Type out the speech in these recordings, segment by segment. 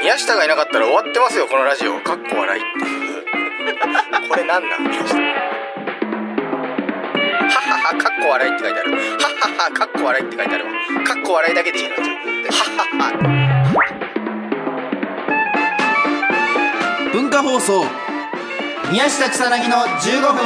宮下がいなかったら終わってますよこのラジオかっこ笑いっていう これなんなん宮下はっはっはかっこ笑いって書いてあるはっはっはかっこ笑いって書いてあるわかっこ笑いだけでいいのじゃあはっはっは文化放送宮下草薙の15分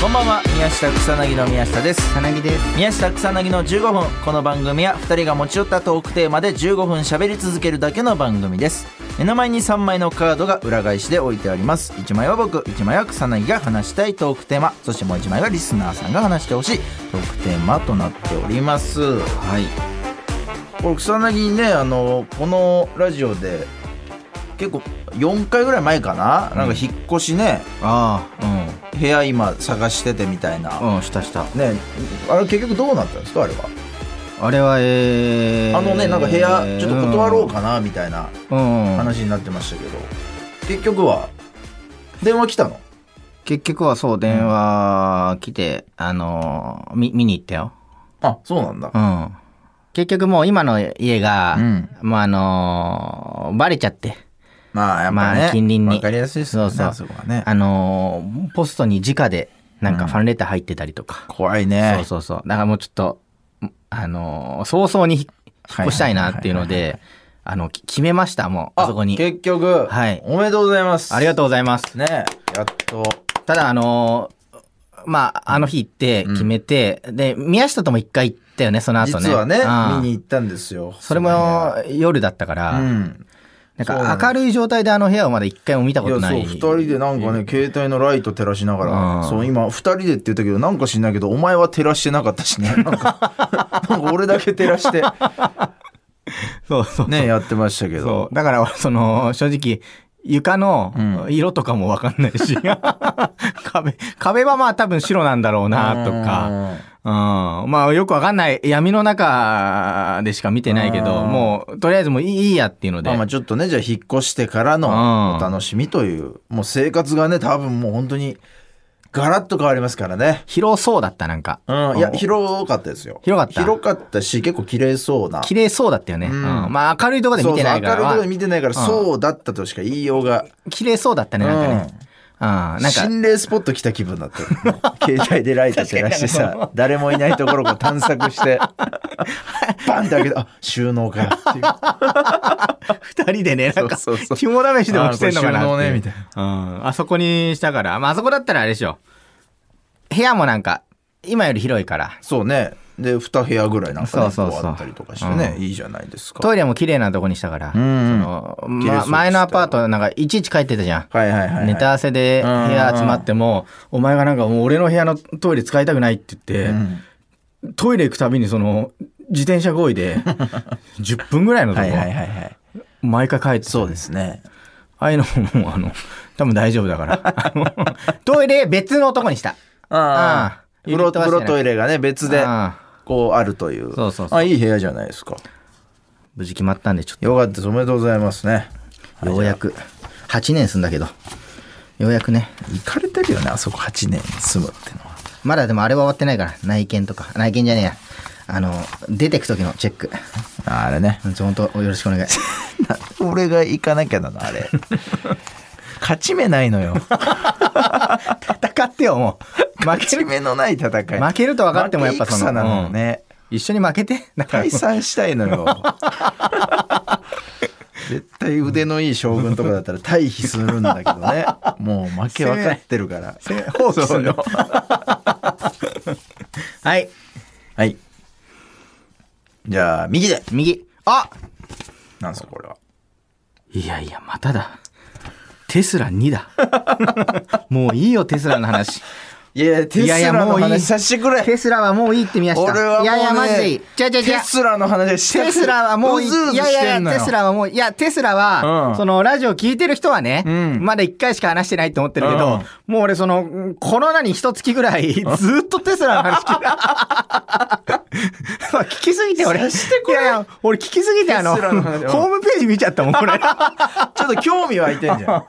こんばんは宮下草薙の宮下ですさなぎです宮下草薙の15分この番組は2人が持ち寄ったトークテーマで15分喋り続けるだけの番組です目の前に3枚のカードが裏返しで置いてあります1枚は僕1枚は草薙が話したいトークテーマそしてもう1枚はリスナーさんが話してほしいトークテーマとなっておりますはいこれ草薙ねあのこのラジオで結構4回ぐらい前かな、なんか引っ越しね、あうん、部屋今探しててみたいな、あうんしたしたねあれ結局どうなったんですかあれは、あれはえー、あのねなんか部屋ちょっと断ろうかなみたいなうん、うん話になってましたけど、結局は電話来たの結局はそう電話来て、あのー、見見に行ったよあそうなんだうん結局もう今の家が、うんもうあのーバレちゃってまあやっぱね、まあ近隣に分かりやすいですよねそうそうあそこはねあのーポストに直でなんかファンレター入ってたりとか、怖いねそうそうそうだからもうちょっとあのー早々に引っ越したいなっていうのはいはいであのき決めましたもうあそこに結局、はいおめでとうございますありがとううございますねやっとただあのーまああの日行って決めて、で宮下とも一回行ったよねその後ね実はねうん見に行ったんですよそれも夜だったから、うんなんそうなのか明るい状態であの部屋をまだ一回も見たいこやとそなうい2人でなんかね携帯のライト照らしながら、うんそう今2人でって言ったけどなんか知んないけどお前は照らしてなかったし ねなんかなんか俺だけ照らしてそうそうねやってましたけどそうだから俺その正直床の色とかもわかんないし、 壁壁はまあ多分白なんだろうなとか、うん、まあよくわかんない闇の中でしか見てないけうどんもうとりあえずもういいいいやっていうので、まあまあちょっとねじゃあ引っ越してからうんのお楽しみというもう生活がね多分もう本当にガラッと変わりますからね広そうだったなんか、うんいやうん広かったですよ広かった広かったし結構綺麗そうな綺麗そうだったよね、うんうんまあ明るいところで見てないからそうそう明るいとこでは見てないからうんそうだったとしか言いようが綺麗そうだったねなんかね、うんうん、なんか心霊スポット来た気分だったよ携帯でライト照ら してさ誰もいないところをこう探索してバンって開けてあ収納かっていう二人でね、なんか、そうそうそう肝試しでもしてんのかなってあーこれ収納ねみたいうん。あそこにしたから。まあ、あそこだったらあれでしょ。部屋もなんか、今より広いから。そうねで2部屋ぐらいなんか、ね、そうそうそうこあったりとかしてね、いいじゃないですかトイレも綺麗なとこにしたから。んその綺麗そうでました前のアパート、なんか、いちいち帰ってたじゃん。はいはいはい、はい、ネタ合わせで部屋集まっても、お前がなんかもう俺の部屋のトイレ使いたくないって言って、トイレ行くたびにその、自転車合 意で、10分ぐらいのとこはい、はいはいはい毎回帰ってたそうですねああいうのももうあの、多分大丈夫だから。あの トイレ別の男にした。ああうん風呂風呂トイレがね別でああこうあるというそうそうそうあいい部屋じゃないですか無事決まったんで、ちょっよかったですおめでとうございますねと、ようやく、8年住んだけど、ようやくね、行かれてるよねあそこ8年住むってのはまだでもあれは終わってないから、内見とか、内見じゃねえや。あの、出てく時のチェック。ああれね 本当よろしくお願い。なんで俺が行かなきゃなのあれ 勝ち目ないの よ 戦ってよ、もう。負け勝ちる。目のない戦い負けると分かってもやっぱその負け戦なのよね、一緒に負けて。だから退散したいのよ 絶対腕のいい将軍とかだったら退避するんだけどねもう負け分かってるから放送すんのはい。はい じゃあ右で右。あなんですかこれはいやいや、まただ。テスラ2だ。 もういいよ、テスラの話。いやいやテいやいやスラのもういい話させてくれ テスラはもういいって見ました。俺はもう、ね、いやいや、マジでいい。じゃじゃじゃテ。スラの話したくテスラはもういい。ずうずいやいしてやんいのや、よテスラはもう、いや、テスラは、うんその、ラジオ聞いてる人はね、んまだ1回しか話してないと思ってるけど、もう俺、その、コロナに一月ぐらい、ずっとテスラの話聞いて まあ聞きすぎて俺、察してくれいやいや、俺聞きすぎてあの、テホスラの話うん ームページ見ちゃったもん、これ。ちょっと興味湧いてんじゃん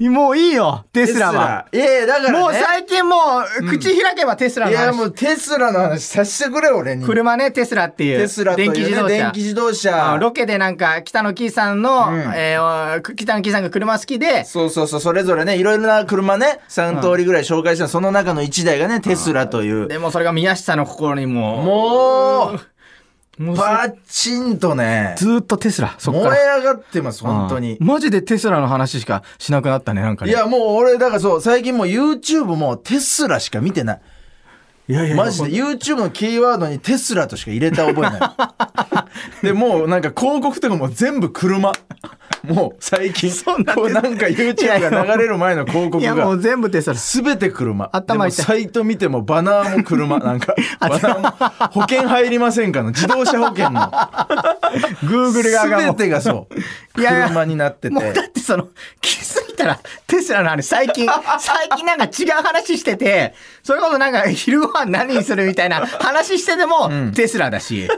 もういいよ、テスラは。テスラいやいやだから、ね、もう最近もう、口開けばテスラいのやも話。うテスラの話させてくれ俺に車ね、テスラっていう。テスラという、ね、電気自動車電気。自動あ車のロケでなんか、北野キーさんの、うんえーお北野キーさんが車好きで、そうそうそうそれぞれねいろいろな車ね3通りぐらい紹介した、その中の1台がねテスラというでもそれが宮下の心にももう、うもうバチンとねずーっとテスラ、そ燃っえから。上がってます本当にうんマジでテスラの話しかしなくなったね、なんかいね。やもう俺だからそう最近もう YouTube もテスラしか見てないいやいやマジで YouTube のキーワードにテスラとしか入れた覚え ない。でもうなんか広告とかも全部車。もう最近。そうなんですこうなんか YouTube が流れる前の広告いや、もうが。全部テスラ。全て車。頭でも痛いサイト見てもバナーも車。なん か、バナーも保険入りませんかの自動車保険の。 Google 側がも全う。てがそう。いやいや車になってもうだて。ってその、気づいたら、テスラの話、最 近、最近なんか違う話してて、それこそなんか昼ご飯何にするみたいな話してても、テスラだし。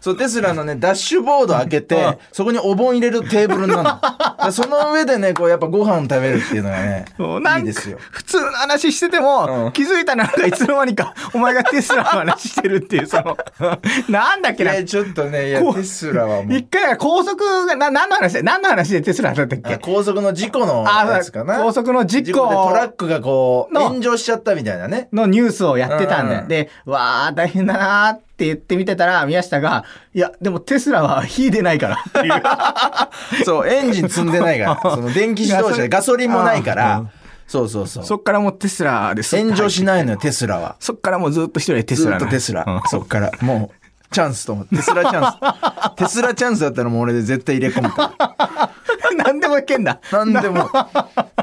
そう、テスラのね、ダッシュボード開けうてん、そこにお盆入れるテーブルなの。だ からその上でね、こうやっぱご飯食べるっていうのがね、ないいんでかすよ。普通の話してても、うん気づいたらなんかいつの間にか、お前がテスラの話してるっていう、その、なんだっいけな。や、ちょっとね、いやこ、うテスラはも一う、回、高速が、な、何の話で、何の話でテスラだったっあけ高速の事故のあやつかな。高速の事故でトラックがこう、の炎上しちゃったみたいなね。のニュースをやってたんだよ。うんで、わー、大変だなーって言ってみてたら、宮下が、いや、でもテスラは火出ないからっていう。そう、エンジン積んでない から、その電気自動車でガソリンもないかうんら、そうそうそう。 そっからもうテスラです。炎上しないのよ、テスラは。そっからもうずっと一人でテスずラっなとのテスうラん。そっから、もう、チャンスと思って、テスラチャ ンス。テスラチャンスだったらもう俺で絶対入れ込むから。 何でもいけんだ。なんでも、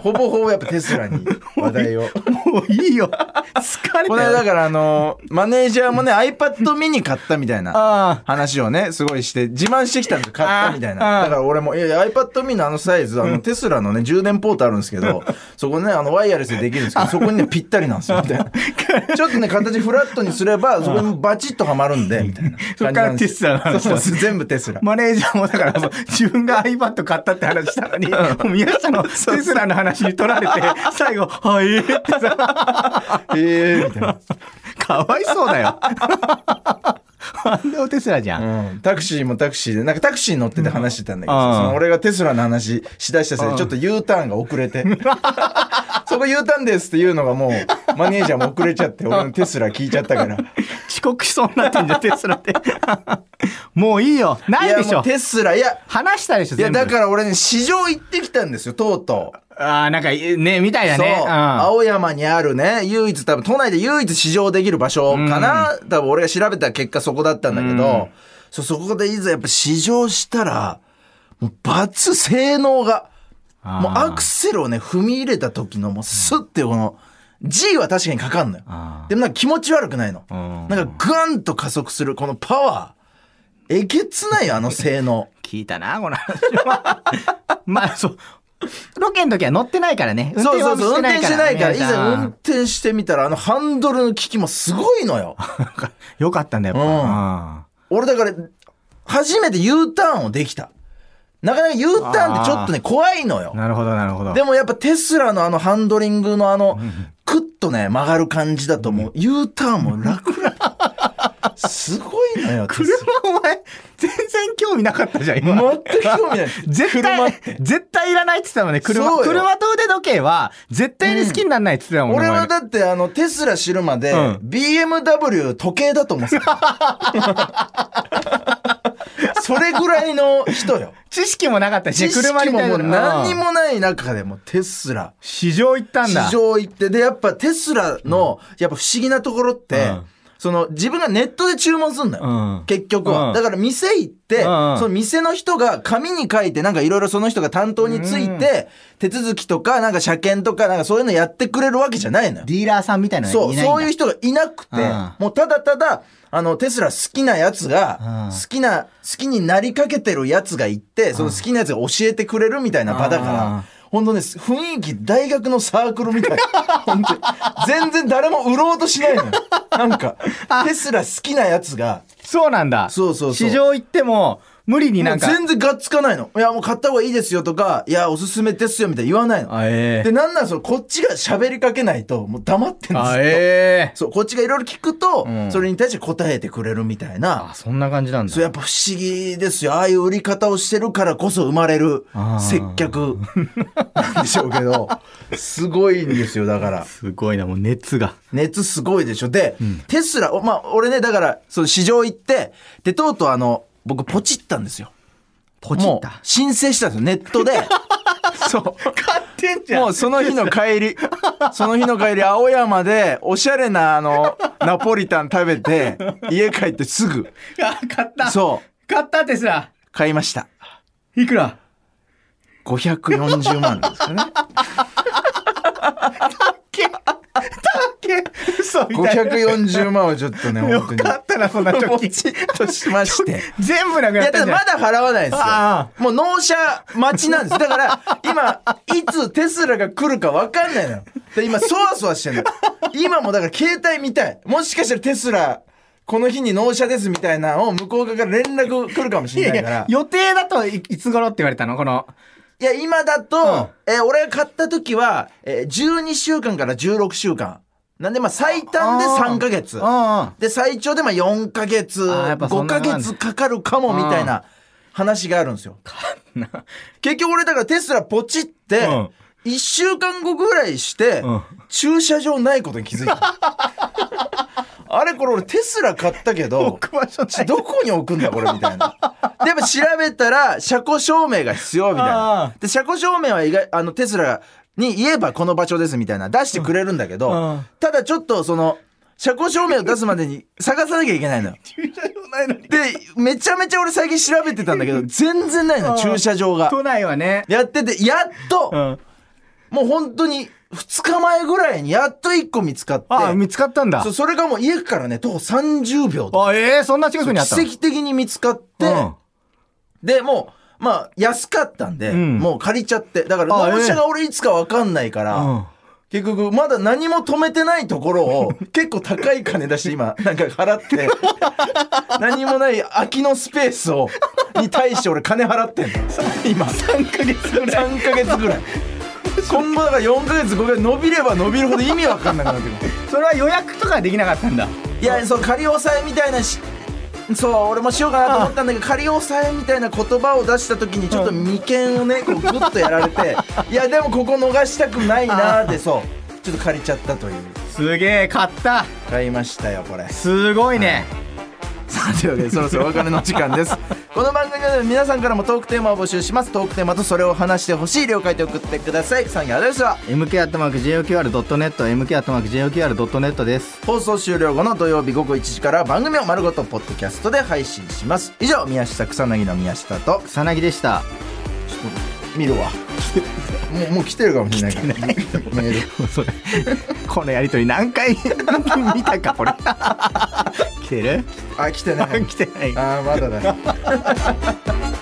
ほぼほぼやっぱテスラ に話題を。もういいよ。疲れこたの間よ。だからあの、マネージャーもね、iPad mini 買ったみたいなあ話をね、すごいして、自慢してきたんですよ買ったみたいあな。あだから俺も、いやいや、iPad mini あのサイズ、あの、テスラのね、充電ポートあるんですけ ど、そこね、あの、ワイヤレスでできるんですけど、そこにね、ぴったりなんですよ、みた いな。ちょっとね、形フラットにすれば、そこにバチッとはまるんで、みたいな感じそっからテスラのなんで話すよそうそうそう全部テスラあ。。マネージャーもだから そう、自分が iPad 買ったって話したのに、もう宮下のテスラの話に取 られて、最後、はいってさ、ええみたいな。かわいそうだよ。なんでもテスラじゃん。うん、タクシーもタクシーで、なんかタクシーに乗ってて話してたんだけどうさ、そんの俺がテスラの話しだしたせいで、ちょっと U ターンが遅 れて、そこ U ターンですっていうのがもう、マネージャーも遅れちゃ って、俺のテスラ聞いちゃったから。遅刻しそうになってんじゃん、テス ラって。もういいよ。ないでや、しもょう。テスラ、いや、話したでしょ、いや、全部だから俺ね、市場行ってきたんですよ、とうとう。ああ、なんか、ね、みたいだそう、ね。うん青山にあるね、唯一多分、都内で唯一試乗できる場所かな、多分俺が調べた結果そこだったんだけど、そうそこでいざやっぱ試乗したら、もう抜性能が、あーもうアクセルをね、踏み入れた時のもうスッてこの、G は確かにかかんのよあ。ーでもなんか気持ち悪くないの。うんなんかグワンと加速するこのパワー。えげつないよ、あの性能。聞いたな、この話は。 まあ、そう。ロケの時は乗ってないからね。 運そう転そはうそう、運転してないから、以皆前さん 運転してみたら、あのハンドルの効きもすごいのよ。よかったんだよ、やっぱ俺だから、初めて U ターンをできた。なかなか U ターンってちょっとね、怖いのようん。なるほど、なるほど。でもやっぱテスラのあのハンドリングのあの、クッとね、曲がる感じだともう U ターンも楽々。すごいのよ、テ 車スラ、お前、全然興味なかったじゃん、今。全く興味ない。絶車っ対て、絶対いらないって言ってたもんね。そう車、よ車と腕時計は、絶対に好きにならないって言ってたもん俺ね。お前はねだってあのテスラ知るまで、うん BMW 時計だと思ってた。 それぐらいの人よ。知識もなかったしね、知識車にも対もすうる何にうんもない中でもテスラ。市場行ったんだ。市場行ってでやっぱテスラの、やっぱ不思議なところって、うんその自分がネットで注文すんのよ、うん結局は、うんだから店行って、うんうんその店の人が紙に書いてなんかいろいろその人が担当について、手続きとかなんか車検とかなんかそういうのやってくれるわけじゃないのよディーラーさんみたいなそうそういうう人がいなくて、うんもうただただあのテスラ好きなやつが、うん好きな好きになりかけてるやつがいて、その好きなやつが教えてくれるみたいな場だから、うんほんとね雰囲気大学のサークルみた い本当に全然誰も売ろうとしないのよなんかテスラ好きなやつがそうなんだ。そうそうそう市場行っても、無理になんかもう。全然がっつかないの。いや、もう買った方がいいですよとか、いや、おすすめですよみたいな言わないの。あえで、なんならその、こっちが喋りかけないと、もう黙ってんですー、よ。あえーそう、こっちがいろいろ聞くと、うんそれに対して答えてくれるみたいな。あそんな感じなんだそう、やっぱ不思議ですよ。ああいう売り方をしてるからこそ生まれるあー接 客なんでしょうけど、すごいんですよ、だから。すごいなもう熱が熱すごいでしょ。で、テスラ、おまあ、俺ね、だから、その市場行って、で、とうとうあの、僕ポチったんですよ。ポもう申請したんですよ、ネッ トで。そう。買ってんじゃんもうその日の帰り、その日の帰り、青山で、おしゃれな、あの、ナポリタン食べて、家帰ってすぐ、あ買ったそう、買ったテスラ買いました。いくら540万ですかね。 嘘みたいな540万はちょっとね、よ本当に。かったなそんな貯金としまして。全部なくいなっや、たただじゃんまだ払わないですよあ。もう納車待ちなんです。だから、今、いつテスラが来るか分かんないのよ。で、今、そわそわしてんの。今もだから携帯見たい。もしかしたらテスラ、この日に納車ですみたいなのを向こう側から連絡来るかもしいれやないいからや。予定だといいつ頃って言われたのこのいや、今だと、えー俺が買った時は、えー12週間から16週間。なんで、まあ、最短で3ヶ月。あで、最長でまあ4ヶ月、あーやっぱそ5んなヶもんなんだ月かかるかもみたいな話があるんですよ。結局俺だからテスラポチって、うん1週間後ぐらいして、うん駐車場ないことに気づ いた。あれこれ俺テスラ買ったけど、置く場所ないちどこに置くんだこれみたい な。で、やっぱ調べたら車庫証明が必要みたいあなー。で、車庫証明は意外、あのテスラに言えばこの場所ですみたいな出してくれるんだけど、うんうんただちょっとその、車庫証明を出すまでに探さなきゃいけないのよ。駐車場ないのにで、めちゃめちゃ俺最近調べてたんだけど、全然ないの、駐車場が。都内はねやってて、やっと、うんもう本当に2日前ぐらいにやっと1個見つかって、あ見つかったんだそうそれがもう家からね、徒歩30秒であええそんな近くにあった奇の跡的に見つかって、で、もう、まあ、安かったんで、うんもう借りちゃって。だから、あ納ええ車が俺いつかわかんないから、うんうん結局、まだ何も止めてないところを、結構高い金出して今、なんか払って、 何もない空きのスペースを、に対して俺金払ってんの。今。 3ヶ月ぐらい3ヶ月ぐらい。今後だから4ヶ月5ヶ月伸びれば伸びるほど意味わかんなくなってくる。それは予約とかできなかったんだいやそう仮押さえみたいなしそう俺もしようかなと思ったんだけど仮押さえみたいな言葉を出した時にちょっと眉間をねこうグッとやられ ていやでもここ逃したくないなーってそうちょっと借りちゃったというすげえ買った買いましたよこれすごいね、 さあというわけでそろそろお別れの時間 ですこの番組では皆さんからもトークテーマを募集しますトークテーマとそれを話してほしい了解で送ってくださいさんやですは mk.joqr.net mk.joqr.net です放送終了後の土曜日午後1時から番組を丸ごとポッドキャストで配信します以上宮下草薙の宮下と草薙でした見る わもうもう来てるかもしれないからメールそれこのやりとり何回 見たかこれ 来てる あ来てない来てないあーまだだ